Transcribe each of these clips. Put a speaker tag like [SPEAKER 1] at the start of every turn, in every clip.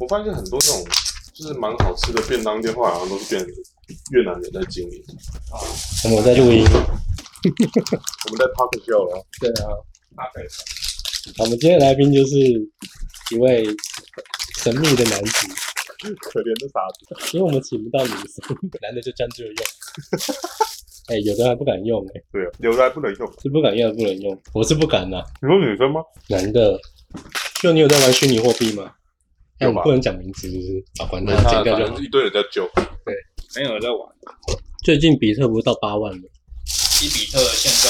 [SPEAKER 1] 我发现很多那种就是蛮好吃的便当店，后来好像都是变越南人在经营。
[SPEAKER 2] 我们在录音。
[SPEAKER 1] 我们在 p a r k 秀了，
[SPEAKER 2] 对啊，
[SPEAKER 3] 阿北，
[SPEAKER 2] 我们今天的来宾就是一位神秘的男子，
[SPEAKER 1] 可怜的傻子。
[SPEAKER 2] 因为我们请不到女 生，男的就将就用。哎、有的还不敢用、哎，
[SPEAKER 1] 对啊，留来不能用。
[SPEAKER 2] 是不敢用还不能用，我是不敢啊呐、
[SPEAKER 1] 你说女生吗？
[SPEAKER 2] 男的，就你有在玩虚拟货币吗？哎、
[SPEAKER 1] 有
[SPEAKER 2] 我
[SPEAKER 1] 吧
[SPEAKER 2] 不能讲名字，是不是？啊，管他，
[SPEAKER 1] 他
[SPEAKER 2] 剪掉就
[SPEAKER 1] 反
[SPEAKER 2] 好
[SPEAKER 1] 正。一堆人在救。
[SPEAKER 3] 没有在玩。
[SPEAKER 2] 最近比特不是到八万了，
[SPEAKER 3] 基比特现在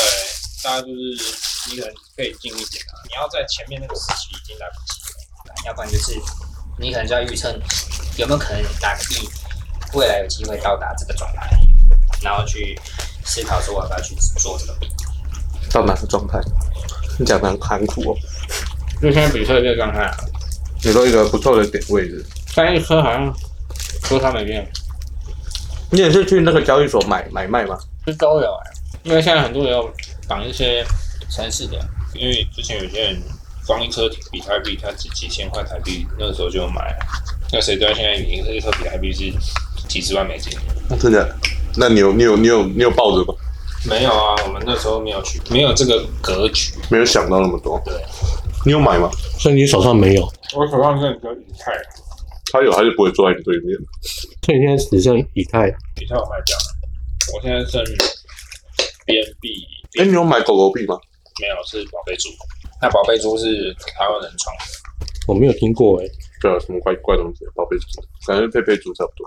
[SPEAKER 3] 大家就是你可能可以进一点啊，你要在前面那个时期已经来不及了。
[SPEAKER 4] 要不然就是你可能就要预测有没有可能哪个币未来有机会到达这个状态，然后去思考说我要不要去做这个币。
[SPEAKER 1] 到哪个状态？你讲的很含糊哦。
[SPEAKER 3] 就现在比特这个状态啊，
[SPEAKER 1] 你说一个不错的点位置，
[SPEAKER 3] 但一颗好像多少美元，
[SPEAKER 1] 你也是去那个交易所买买卖吗？
[SPEAKER 3] 这都有哎、因为现在很多人要绑一些城市的，因为之前有些人光一颗比特币，它几几千块台币，那时候就有买了。那谁知道现在一颗一颗比特币是几十万美金？
[SPEAKER 1] 啊真的？那你有你有你有你有抱着吗？
[SPEAKER 3] 没有啊，我们那时候没有去，没有这个格局。
[SPEAKER 1] 没有想到那么多。
[SPEAKER 3] 对，
[SPEAKER 1] 你有买吗？
[SPEAKER 2] 所以你手上没有，
[SPEAKER 3] 我手上是有以太，
[SPEAKER 1] 他有，他就不会坐在你对面。
[SPEAKER 2] 所以现在只剩以太。
[SPEAKER 3] 以太我卖掉了，我现在剩 BNB
[SPEAKER 1] 哎、你有买狗狗币吗？
[SPEAKER 3] 没有是宝贝猪，那宝贝猪是台湾人创的，
[SPEAKER 2] 我没有听过哎、
[SPEAKER 1] 对啊，什么怪怪东西？宝贝猪，感觉佩佩猪差不多。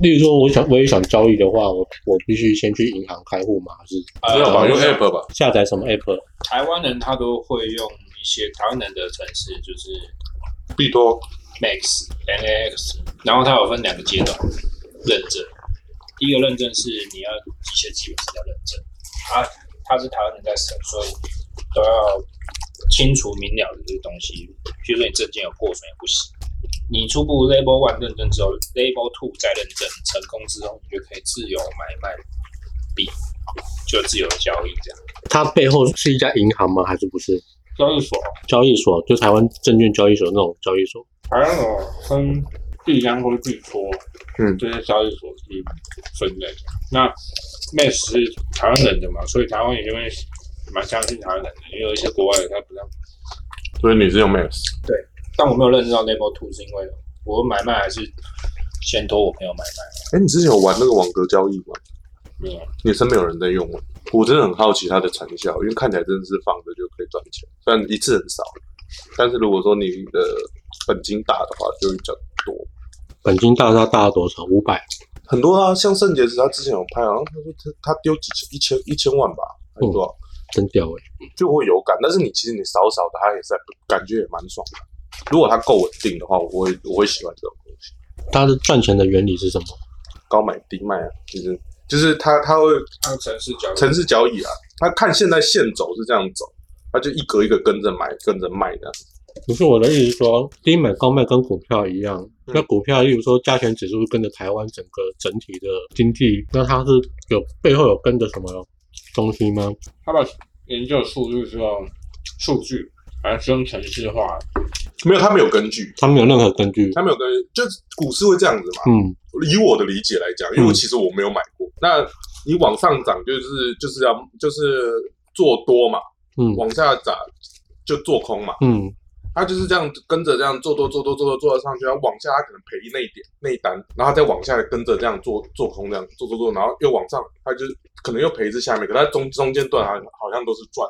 [SPEAKER 2] 例如说，我想我也想交易的话，我我必须先去银行开户嘛，还是
[SPEAKER 1] 没有吧？
[SPEAKER 3] 呃
[SPEAKER 1] 用 app 吧。
[SPEAKER 2] 下载什么 app？
[SPEAKER 3] 台湾人他都会用一些台湾人的城市，就是
[SPEAKER 1] 币哦托
[SPEAKER 3] Max、NAX，然后它有分两个阶段认证。第一个认证是你要一些基本资料认证，它它是台湾人在审，所以都要清楚明了的这个东西。比如说你证件有破损也不行。你初步 Label One 认证之后，Label Two 再认证成功之后，你就可以自由买卖币，就自由交易这样。
[SPEAKER 2] 它背后是一家银行吗？还是不是
[SPEAKER 3] 交易所
[SPEAKER 2] 交易所？就台湾证券交易所那种交易所？
[SPEAKER 3] 台湾有分币安或币托，
[SPEAKER 1] 嗯
[SPEAKER 3] 这些交易所去分类的。那 m a x 是台湾人的嘛，所以台湾也就会蛮相信台湾人的，因为有一些国外的他不让。
[SPEAKER 1] 所以你是用 Max，
[SPEAKER 3] 但我没有认识到 Level Two 是因为我买卖还是先托我朋友买卖，
[SPEAKER 1] 哎、你之前有玩那个网格交易吗？
[SPEAKER 3] 没有
[SPEAKER 1] 你身边有人在用吗？我真的很好奇它的成效，因为看起来真的是放着就可以赚钱，虽然一次很少，但是如果说你的本金大的话，就会比较多。
[SPEAKER 2] 本金大概大了多少？五百。
[SPEAKER 1] 很多啊，像圣杰子他之前有拍，好啊像他说他他丢几千一千一千万吧，还是多少，
[SPEAKER 2] 真屌哎、
[SPEAKER 1] 就会有感。但是你其实你少少的，他也是感觉也蛮爽的。如果它够稳定的话，我会我会喜欢这种东西，
[SPEAKER 2] 它的赚钱的原理是什么？
[SPEAKER 1] 高买低卖啊，就是就是他他会
[SPEAKER 3] 按城市交易。
[SPEAKER 1] 城市交易啊，他看现在线走是这样走，他就一格一个跟着买，跟着卖的。
[SPEAKER 2] 不是我的意思是说，低买高卖跟股票一样，
[SPEAKER 1] 嗯
[SPEAKER 2] 那股票，例如说加权指数跟着台湾整个整体的经济，那它是有背后有跟着什么东西吗？
[SPEAKER 3] 他把研究数据之后，数据还是用城市化，
[SPEAKER 1] 没有，他没有根据，
[SPEAKER 2] 它没有任何根据。
[SPEAKER 1] 他没有根据，就是股市会这样子嘛。
[SPEAKER 2] 嗯，
[SPEAKER 1] 以我的理解来讲，因为其实我没有买过。那你往上涨就是就是要就是做多嘛，
[SPEAKER 2] 嗯
[SPEAKER 1] 往下涨就做空嘛。
[SPEAKER 2] 嗯
[SPEAKER 1] 他就是这样跟着这样做多做多做多做到上去，然后往下他可能赔那一点那一单，然后他再往下跟着这样做做空这样做做做，然后又往上，他就是可能又赔一次下面，可他中中间段好像好像都是赚，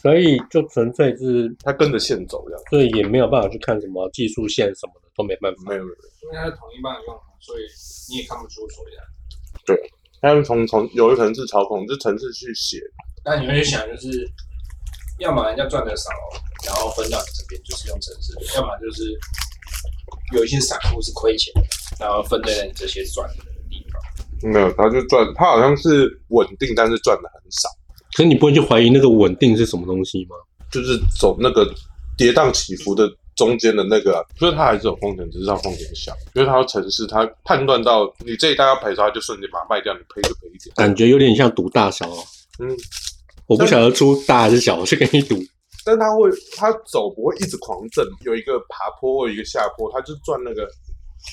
[SPEAKER 2] 所以就纯粹是，
[SPEAKER 1] 他跟着线走这样。
[SPEAKER 2] 所以也没有办法去看什么技术线什么的，都没办法。
[SPEAKER 1] 没有没有，
[SPEAKER 3] 因为它是统一办用嘛，所以你也看不出所以然。
[SPEAKER 1] 他们从从有一可能是嘲讽，就城市去写，
[SPEAKER 3] 那你会去想，就是要么人家赚的少，然后分到你这边，就是用城市；要么就是有一些散户是亏钱的，然后分在你这些赚的地方。
[SPEAKER 1] 没有，他就赚，他好像是稳定，但是赚的很少。
[SPEAKER 2] 可是你不会去怀疑那个稳定是什么东西吗？
[SPEAKER 1] 就是走那个跌宕起伏的中间的那个、啊，所以它还是有风险，只是它风险小，因为它要城市，它判断到你这一单要赔的时候，它就瞬间把它卖掉，你赔就赔一点。
[SPEAKER 2] 感觉有点像赌大小哦。
[SPEAKER 1] 嗯，
[SPEAKER 2] 我不晓得出大还是小，我去跟你赌。
[SPEAKER 1] 但是他会他走不会一直狂震，有一个爬坡或有一个下坡，他就转那个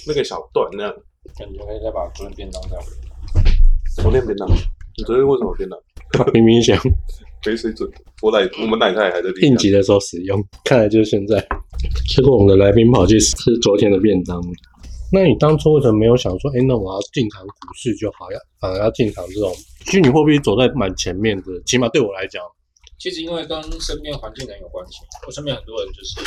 [SPEAKER 1] 那个小段那样。
[SPEAKER 4] 感觉可以再把昨天便当再回来。
[SPEAKER 1] 昨天变当，啊你昨天为什么变当？
[SPEAKER 2] 明明想
[SPEAKER 1] 没水准，我奶我们奶奶还在地
[SPEAKER 2] 应
[SPEAKER 1] 上
[SPEAKER 2] 急的时候使用，看来就是现在。结果我们的来宾跑去吃昨天的便当。那你当初为什么没有想说，哎，那我要进场股市就好，要反而要进场这种虚拟货币走在蛮前面的，起码对我来讲，
[SPEAKER 4] 其实因为跟身边环境人有关系，我身边很多人就是，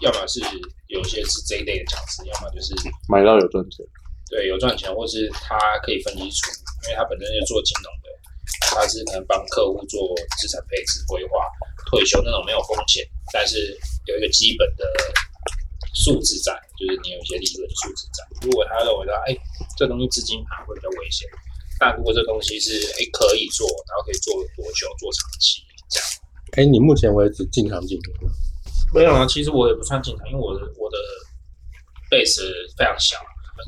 [SPEAKER 4] 要么是有些是这一类的讲师，要么就是
[SPEAKER 1] 买到有赚钱，
[SPEAKER 4] 对有赚钱，或是他可以分析出，因为他本身就做金融的，他是可能帮客户做资产配置规划、退休那种没有风险，但是有一个基本的数字在，就是你有一些利润数字在。如果他认为他哎、这东西资金盘会比较危险，但如果这东西是哎、可以做，然后可以做多久、做长期这样。
[SPEAKER 2] 哎，你目前为止进场几年了？
[SPEAKER 4] 没有啊，其实我也不算进场，因为我的我的 base 非常小，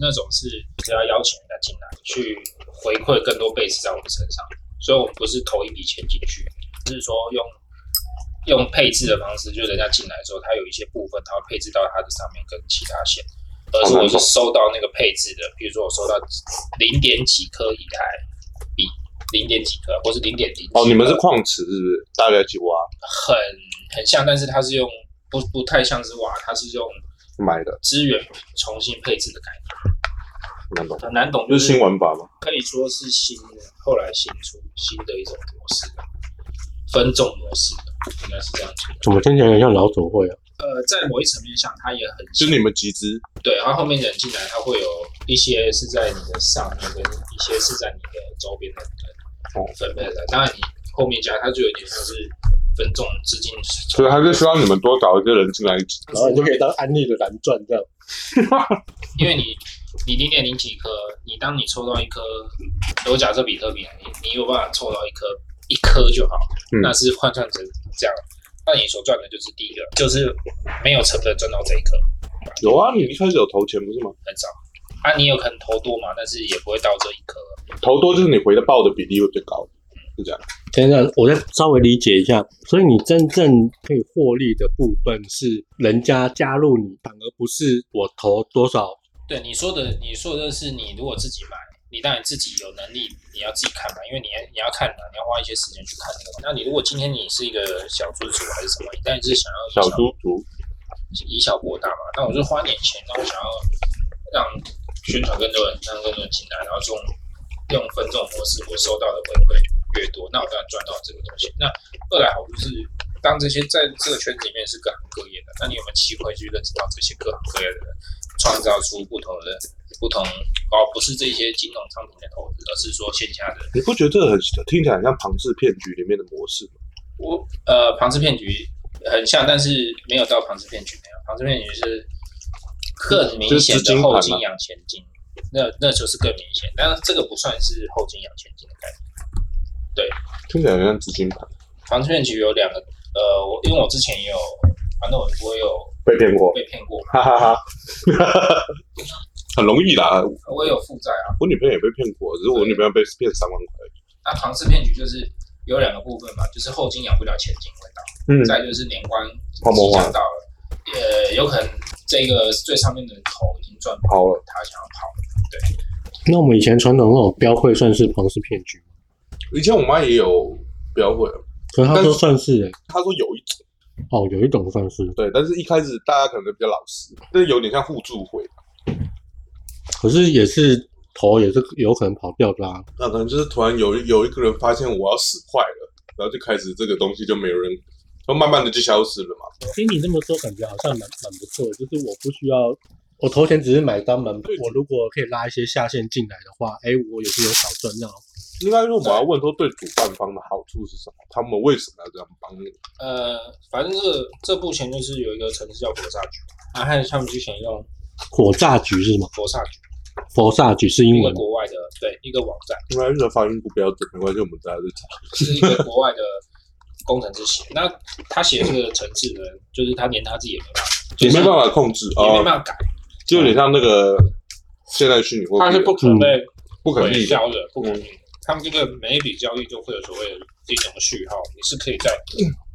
[SPEAKER 4] 那种是只要邀请人家进来，去回馈更多 base 在我们身上，所以我们不是投一笔钱进去，是说用用配置的方式，就人家进来之后，他有一些部分他会配置到他的上面跟其他线，而是我是收到那个配置的，比如说我收到零点几颗以太币，零点几颗，或是零点零
[SPEAKER 1] 哦，你们是矿池是不是？大概几挖
[SPEAKER 4] 很很像，但是它是用不不太像是瓦，它是用
[SPEAKER 1] 买的？
[SPEAKER 4] 资源重新配置的概念，
[SPEAKER 1] 难懂，
[SPEAKER 4] 很难懂，
[SPEAKER 1] 就
[SPEAKER 4] 就是
[SPEAKER 1] 新
[SPEAKER 4] 是
[SPEAKER 1] 玩法吗？
[SPEAKER 4] 可以说是新的，后来新出新的一种模式，分众模式应该是这样讲。
[SPEAKER 2] 怎么听起来很像老手会啊？
[SPEAKER 4] 呃，在某一层面上，它也很
[SPEAKER 1] 就是你们集资，
[SPEAKER 4] 对，然后后面人进来，它会有一些是在你的上面，跟一些是在你的周边的人分配的。当然，你后面加它就有点像是分众资金，
[SPEAKER 1] 所以他就希望你们多找一些人进来。
[SPEAKER 2] 然后你就可以当安利的蓝钻这样。
[SPEAKER 4] 因为你你零点零几颗，你当你抽到一颗，我假设比特币啊，你你有办法抽到一颗一颗就好，
[SPEAKER 1] 嗯
[SPEAKER 4] 那是换算成这样，那你所赚的就是第一个，就是没有成本赚到这一颗，
[SPEAKER 1] 有啊，你一开始有投钱不是吗？
[SPEAKER 4] 很少。啊，你有可能投多嘛，但是也不会到这一颗。
[SPEAKER 1] 投多就是你回的报的比例会最高，是这样。
[SPEAKER 2] 等一下，我再稍微理解一下。所以你真正可以获利的部分是人家加入你，反而不是我投多少。
[SPEAKER 4] 对你说的，你说的是你如果自己买，你当然自己有能力，你要自己看嘛，因为你要你要看嘛，你要花一些时间去看那个嘛。那你如果今天你是一个小猪主还是什么，你当然是想要
[SPEAKER 1] 小猪族，
[SPEAKER 4] 以小博大嘛，那我就花点钱，那我想要让宣传更多人，让更多人进来，然后用用分众模式，我收到的回馈越多，那我当然赚到这个东西。那二来好处是，当这些在这个圈子里面是各行各业的，那你有没有机会去认识到这些各行各业的人，创造出不同的不同哦，不是这些金融商品的投资，而是说线下的
[SPEAKER 1] 你不觉得这个很听起来很像庞氏骗局里面的模式吗？
[SPEAKER 4] 我呃，庞氏骗局很像，但是没有到庞氏骗局那样。庞氏骗局是更明显
[SPEAKER 1] 嗯就是资金
[SPEAKER 4] 的
[SPEAKER 1] 盘嘛
[SPEAKER 4] 后金养前金，那那就是更明显。但是这个不算是后金养前金的概念。
[SPEAKER 1] 听起来很像资金盘，
[SPEAKER 4] 庞氏骗局有两个，呃，我因为我之前也有，反正我我有
[SPEAKER 1] 被骗过，
[SPEAKER 4] 被骗过
[SPEAKER 1] 哈
[SPEAKER 4] 嘛，
[SPEAKER 1] 哈哈， 很容易啦。
[SPEAKER 4] 我也有负债啊。
[SPEAKER 1] 我女朋友也被骗过，只是我女朋友被骗三万块。
[SPEAKER 4] 那庞氏骗局就是有两个部分嘛，就是后金养不了前金会倒，
[SPEAKER 1] 嗯
[SPEAKER 4] 再就是年关
[SPEAKER 1] 泡沫
[SPEAKER 4] 即
[SPEAKER 1] 化
[SPEAKER 4] 将到了，呃，有可能这个最上面的头已经赚跑
[SPEAKER 1] 跑了，
[SPEAKER 4] 了，他想要跑。
[SPEAKER 2] 那我们以前传统那种标会算是庞氏骗局，
[SPEAKER 1] 以前我妈也有标会，
[SPEAKER 2] 可是他
[SPEAKER 1] 但
[SPEAKER 2] 说
[SPEAKER 1] 是
[SPEAKER 2] 算是、欸、
[SPEAKER 1] 她说有一种
[SPEAKER 2] 哦，有一种算是，
[SPEAKER 1] 对，但是一开始大家可能都比较老实，但是有点像互助会，
[SPEAKER 2] 可是也是投也是有可能跑掉的啊。
[SPEAKER 1] 那可能就是突然有一有一个人发现我要使坏了，然后就开始这个东西就没有人，然后慢慢的就消失了嘛。
[SPEAKER 2] 听你这么说，感觉好像蛮蛮不错的，就是我不需要。我投钱只是买单门，
[SPEAKER 1] 对
[SPEAKER 2] 我如果可以拉一些下线进来的话，哎，我也是有少赚那种
[SPEAKER 1] 应该说我要问说对主办方的好处是什么？他们为什么要这样帮你？
[SPEAKER 4] 呃，反正这个这部前就是有一个城市叫佛萨局，啊，还有他们之前用
[SPEAKER 2] 火炸局是吗？
[SPEAKER 4] 佛萨局，
[SPEAKER 2] 佛萨局是英
[SPEAKER 4] 一个
[SPEAKER 2] 文
[SPEAKER 4] 国外的对一个网站，
[SPEAKER 1] 应该是发音不标准，没关系，我们大家就查。
[SPEAKER 4] 是一个国外的工程师写。那他写这个城市的，就是他连他自己也没办法，就
[SPEAKER 1] 也
[SPEAKER 4] 是
[SPEAKER 1] 没办法控制
[SPEAKER 4] 也没
[SPEAKER 1] 哦，
[SPEAKER 4] 办法改，
[SPEAKER 1] 就有点像那个现在虚拟货
[SPEAKER 4] 他
[SPEAKER 1] 币
[SPEAKER 4] 是
[SPEAKER 1] 的，
[SPEAKER 4] 不可被
[SPEAKER 1] 哦嗯不可
[SPEAKER 4] 毁
[SPEAKER 1] 逆的。嗯
[SPEAKER 4] 掉的，不可逆的。他们这个每一笔交易就会有所谓的这种序号，你是可以在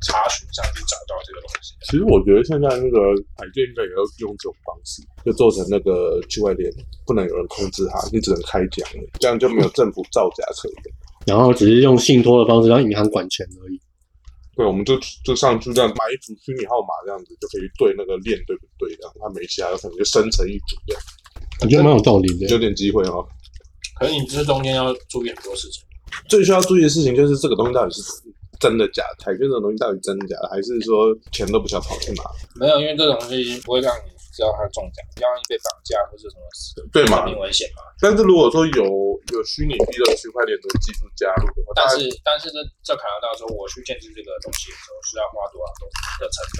[SPEAKER 4] 查询上去找到这个东西的。
[SPEAKER 1] 其实我觉得现在那个海券应该也要用这种方式，就做成那个区块链，不能有人控制它，你只能开奖，这样就没有政府造假可言。
[SPEAKER 2] 然后只是用信托的方式让银行管钱而已。
[SPEAKER 1] 对，我们就就上去这样买一组虚拟号码，这样子就可以对那个链对不对？这样它每一期还有可能就生成一组这样，
[SPEAKER 2] 我觉得蛮有道理
[SPEAKER 1] 有
[SPEAKER 2] 的。
[SPEAKER 1] 点机会哦。
[SPEAKER 4] 可是你这中间要注意很多事情。
[SPEAKER 1] 最需要注意的事情就是这个东西到底是真的假的，彩券这种东西到底真的假的，还是说钱都不晓得跑去哪？
[SPEAKER 4] 没有，因为这种东西不会让你知道他中奖，要万一被绑架或者什么死
[SPEAKER 1] 对嘛
[SPEAKER 4] 生？命危险嘛。
[SPEAKER 1] 但是如果说有有虚拟币的区块链的技术加入的话，
[SPEAKER 4] 但是但是这这考量到说，我去建制这个东西的时候是要花多少多的成本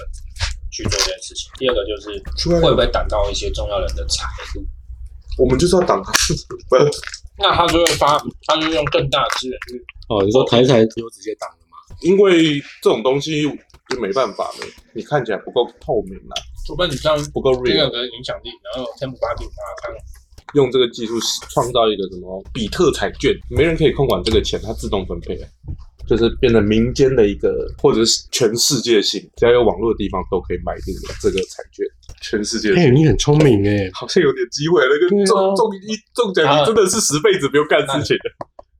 [SPEAKER 4] 去做这件事情。第二个就是
[SPEAKER 1] 区块
[SPEAKER 4] 会不
[SPEAKER 1] 链
[SPEAKER 4] 会挡到一些重要人的财路？
[SPEAKER 1] 我们就是要挡它，不要
[SPEAKER 4] 那他就会发，他就用更大的资源去
[SPEAKER 2] 哦，你说台彩有直接挡了吗？
[SPEAKER 1] 因为这种东西就没办法了，你看起来不够透明啊，
[SPEAKER 4] 除非你这样
[SPEAKER 1] 不够
[SPEAKER 4] 第二
[SPEAKER 1] real，啊
[SPEAKER 4] 个影响力，然后天不怕地不怕，看
[SPEAKER 1] 用这个技术创造一个什么比特彩券，没人可以控管这个钱，它自动分配啊，就是变成民间的一个，或者是全世界性，只要有网络的地方都可以买这个这个彩券，全世界
[SPEAKER 2] 哎、
[SPEAKER 1] 性。
[SPEAKER 2] 你很聪明哎，
[SPEAKER 1] 好像有点机会，那个
[SPEAKER 2] 对啊
[SPEAKER 1] 中中一中奖，
[SPEAKER 4] 啊
[SPEAKER 1] 你真的是十辈子不用干事情的。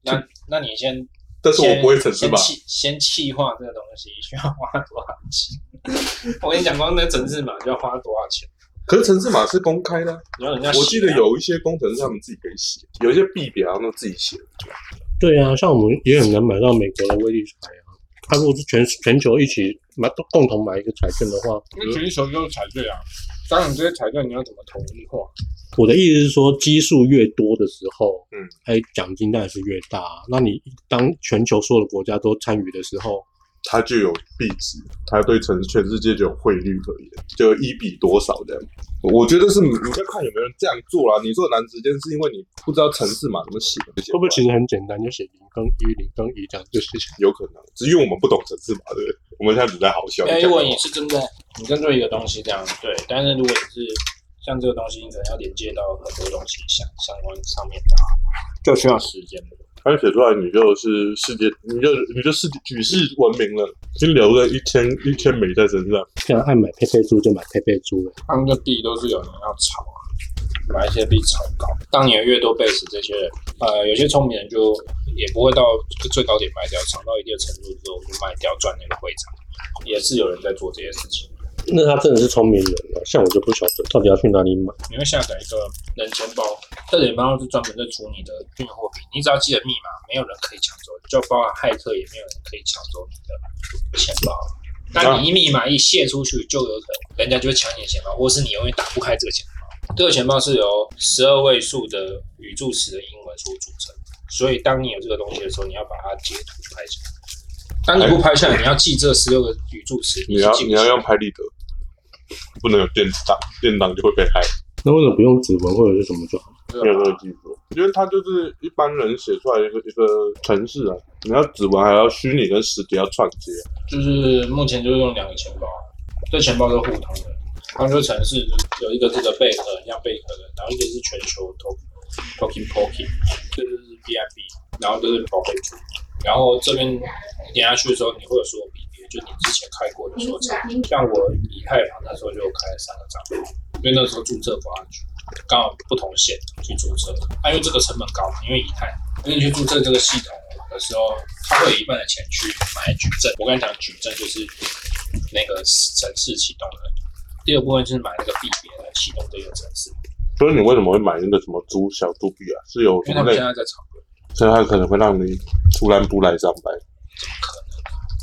[SPEAKER 4] 那那你先
[SPEAKER 1] 但是我
[SPEAKER 4] 先
[SPEAKER 1] 不会成事
[SPEAKER 4] 先
[SPEAKER 1] 吧？
[SPEAKER 4] 气先气化这个东西需要花多少钱？ 我跟你讲，光那整治码就要花多少钱？
[SPEAKER 1] 可是城市码是公开的啊，
[SPEAKER 4] 然后人家
[SPEAKER 1] 我记得
[SPEAKER 4] 写啊
[SPEAKER 1] 有一些工程师他们自己可以写，有一些币表他们自己写。
[SPEAKER 2] 对啊，像我们也很难买到美国的威力彩啊。他如果是全全球一起买共同买一个彩券的话，
[SPEAKER 4] 因为全球都是彩券啊，当然这些彩券你要怎么统一化？
[SPEAKER 2] 我的意思是说，基数越多的时候，
[SPEAKER 1] 嗯，
[SPEAKER 2] 哎，奖金当然是越大啊。那你当全球所有的国家都参与的时候，
[SPEAKER 1] 它就有币值，它对全全世界就有汇率可言，就有一比多少这样。我觉得是你你要看有没有人这样做啦。你做难时间是因为你不知道城市码怎么写，会
[SPEAKER 2] 会不会其实很简单，就写零跟一、零跟一这样就写起来？
[SPEAKER 1] 有可能？只是因为我们不懂城市码，对不对？我们现在只在好笑。
[SPEAKER 4] 哎，如果
[SPEAKER 1] 讲
[SPEAKER 4] 你是针对你针对一个东西这样对，但是如果你是像这个东西，你可能要连接到很多东西相相关上面的啊，就需要时间。
[SPEAKER 1] 它写出来，你就是世界，你就你就世举世闻名了，已经留了一千一千美在身上。
[SPEAKER 2] 像爱买佩佩猪就买佩佩猪了。
[SPEAKER 4] 他们的币都是有人要炒啊，把一些币炒高。当你有越多 base 这些人，呃，有些聪明人就也不会到最高点卖掉，炒到一定的程度之后就卖掉赚那个回场，也是有人在做这些事情。
[SPEAKER 2] 那他真的是聪明人了，像我就不晓得到底要去哪里买。
[SPEAKER 4] 你会下载一个人钱包，这人钱包是专门在出你的虚拟货币，你只要记得密码，没有人可以抢走，就包含骇客也没有人可以抢走你的钱包。但你一密码一泄出去，就有可能人家就会抢你的钱包，或是你永远打不开这个钱包。这个钱包是由十二位数的语助词的英文所组成，所以当你有这个东西的时候，你要把它截图拍下来。当你不拍下来，你要记这十六个语助词，
[SPEAKER 1] 你要
[SPEAKER 4] 是记不
[SPEAKER 1] 你要
[SPEAKER 4] 起来
[SPEAKER 1] 用拍立得，不能有电档，电档就会被害。
[SPEAKER 2] 那为什么不用指纹或者是什么就好？
[SPEAKER 4] 这
[SPEAKER 1] 没有这
[SPEAKER 4] 个
[SPEAKER 1] 个技术，因为它就是一般人写出来一个一个程式啊，你要指纹还要虚拟跟实体要串接，
[SPEAKER 4] 就是目前就是用两个钱包，这钱包都互通的。杭州城市有一个这个贝壳，像贝壳的，然后一个是全球 token token poking，这就是 BNB，然后这是宝贝猪，然后这边点下去的时候，你会有所有币别，就你之前开过的所有账户。像我以太坊那时候就开了三个账户，因为那时候注册不安全，刚好不同线去注册。那、因为这个成本高嘛，因为以太，因为你去注册这个系统的时候，他会有一半的钱去买矩阵。我跟你讲，矩阵就是那个城市启动的，第二部分就是买那个币别来启动这个城市，
[SPEAKER 1] 所以你为什么会买那个什么猪小猪币啊？是有什
[SPEAKER 4] 因为他
[SPEAKER 1] 么
[SPEAKER 4] 们
[SPEAKER 1] 类
[SPEAKER 4] 现？在在炒作，
[SPEAKER 1] 所以它可能会让你突然不来上班。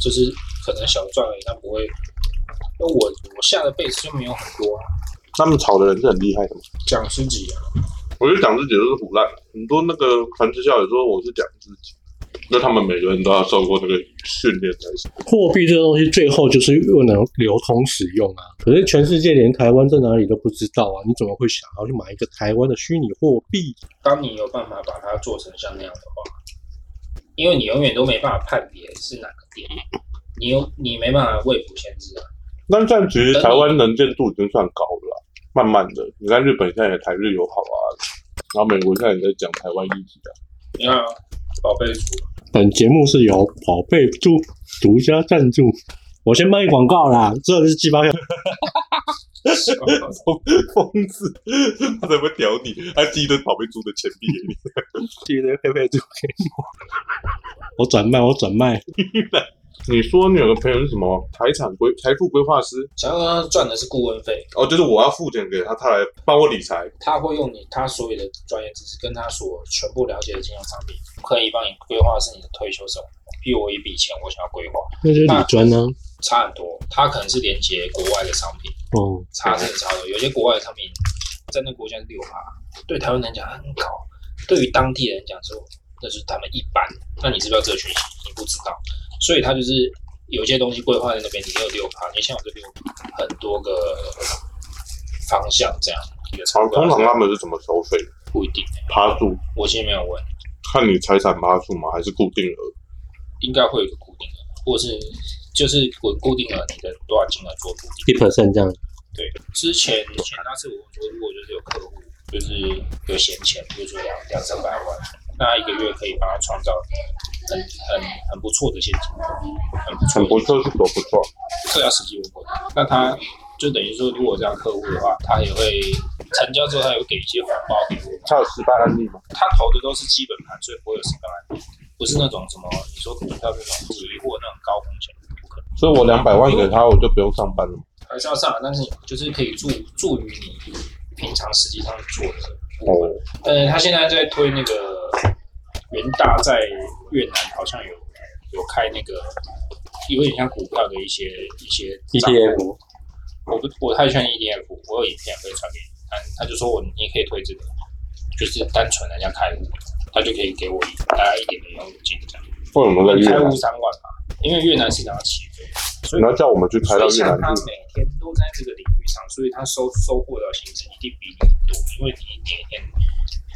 [SPEAKER 4] 就是可能小赚而已，但不会。那我我下的贝斯就没有很多啊，
[SPEAKER 1] 他们炒的人是很厉害的嘛，
[SPEAKER 4] 讲十几啊，
[SPEAKER 1] 我觉得讲自己就是胡乱，很多那个传直销也说我是讲自己，那他们每个人都要受过那个训练才行。
[SPEAKER 2] 货币这个东西最后就是又能流通使用啊。可是全世界连台湾在哪里都不知道啊，你怎么会想要去买一个台湾的虚拟货币？
[SPEAKER 4] 当你有办法把它做成像那样的话，因为你永远都没办法判别是哪个点，你有你没办法未卜先知啊。
[SPEAKER 1] 但是现在其实台湾能见度已经算高了啊、慢慢的，你看日本现在也台日友好啊，然后美国现在也在讲台湾议题啊，
[SPEAKER 4] 你看啊，宝贝猪，
[SPEAKER 2] 本节目是由宝贝猪独家赞助，我先卖广告啦，这是鸡巴票
[SPEAKER 1] 疯子，他才不会屌你，他寄一堆宝贝猪的钱币给你。
[SPEAKER 2] 寄的佩佩猪给 我，我转卖，我转卖，
[SPEAKER 1] 你说你有个朋友是什么财产规财富规划师？
[SPEAKER 4] 想要让他赚的是顾问费，
[SPEAKER 1] 哦，就是我要付钱给他，他来帮我理财。
[SPEAKER 4] 他会用你他所有的专业知识跟他所全部了解的金融商品，可以帮你规划是你的退休生活。譬如我一笔钱，我想要规划，
[SPEAKER 2] 那就是啊李专呢、
[SPEAKER 4] 差很多。他可能是连接国外的商品，
[SPEAKER 2] 哦，
[SPEAKER 4] 差是很差的。有些国外的商品在那国家是六趴，对台湾人讲很高，对于当地人讲说那是他们一般。那你知不知道这个讯息？你不知道，所以他就是有些东西规划在那边，你有六趴，你像我这边有很多个方向这样。有
[SPEAKER 1] 好
[SPEAKER 4] 超，过
[SPEAKER 1] 哦通常他们是怎么收费？
[SPEAKER 4] 不一定、欸
[SPEAKER 1] 趴数，
[SPEAKER 4] 我其实没有问，
[SPEAKER 1] 看你财产趴数吗？还是固定额？
[SPEAKER 4] 应该会有一个固定额，或是就是稳固定额，你的多少金额做固定。
[SPEAKER 2] 一 percent 这样，
[SPEAKER 4] 对，之前前那次我问说，如果就是有客户就是有闲钱，比如说两两三百万，那一个月可以帮他创造很很很不错的现金流，很不
[SPEAKER 1] 很不错，
[SPEAKER 4] 错的
[SPEAKER 1] 是多不错。
[SPEAKER 4] 这要实际问过他。那他就等于说，如果这样客户的话，他也会成交之后，他也会给一些红包给我。
[SPEAKER 1] 他有失败案例吗？
[SPEAKER 4] 他投的都是基本盘，所以不会有什么案例，不是那种什么你说股票那种疑惑那种高风险，不可能，
[SPEAKER 1] 所以我两百万给他，我就不用上班了。
[SPEAKER 4] 还是要呃上，但是你就是可以助助于你平常实际上做的部
[SPEAKER 1] 哦
[SPEAKER 4] 分。，呃，他现在在推那个元大在越南好像有有开那个有点像股票的一些一些
[SPEAKER 2] ETF
[SPEAKER 4] 账户我不我太喜欢 ETF，我有影片可以传给你，他他就说我你可以推这个，就是单纯人家开户，他就可以给我一大概一点点佣金这样，
[SPEAKER 1] 为什么在越
[SPEAKER 4] 开
[SPEAKER 1] 南
[SPEAKER 4] 户？三万嘛，因为越南市场要起飞，所
[SPEAKER 1] 你
[SPEAKER 4] 以
[SPEAKER 1] 要叫我们去开到越
[SPEAKER 4] 所以像
[SPEAKER 1] 南
[SPEAKER 4] 他
[SPEAKER 1] 去？
[SPEAKER 4] 每天都在这个领域上，所以他收收获到薪资一定比你多，因为你每天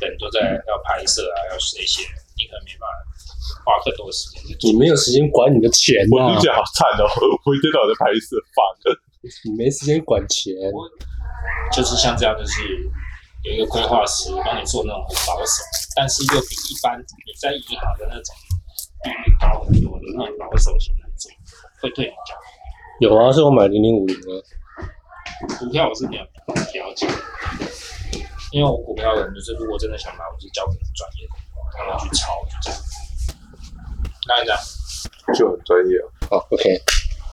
[SPEAKER 4] 人都在要拍摄啊，要这些，你可能没办法花更多时间在做。
[SPEAKER 2] 你没有时间管你的钱
[SPEAKER 1] 我
[SPEAKER 2] 啊
[SPEAKER 1] 之，前好惨哦，我一天到晚在拍摄，烦了。
[SPEAKER 2] 你没时间管钱，
[SPEAKER 4] 我就是像这样，就是有一个规划师帮你做那种很保守，但是又比一般你在银行的那种利率高很多的那种保守型来做，会对你讲
[SPEAKER 2] 有啊，是我买零零五零啊，
[SPEAKER 4] 股票我是没有了解，因为我股票可能就是如果真的想买，我就交给专业的，让他去炒，就这样。那这样，
[SPEAKER 1] 就很专业哦。
[SPEAKER 2] 好，OK，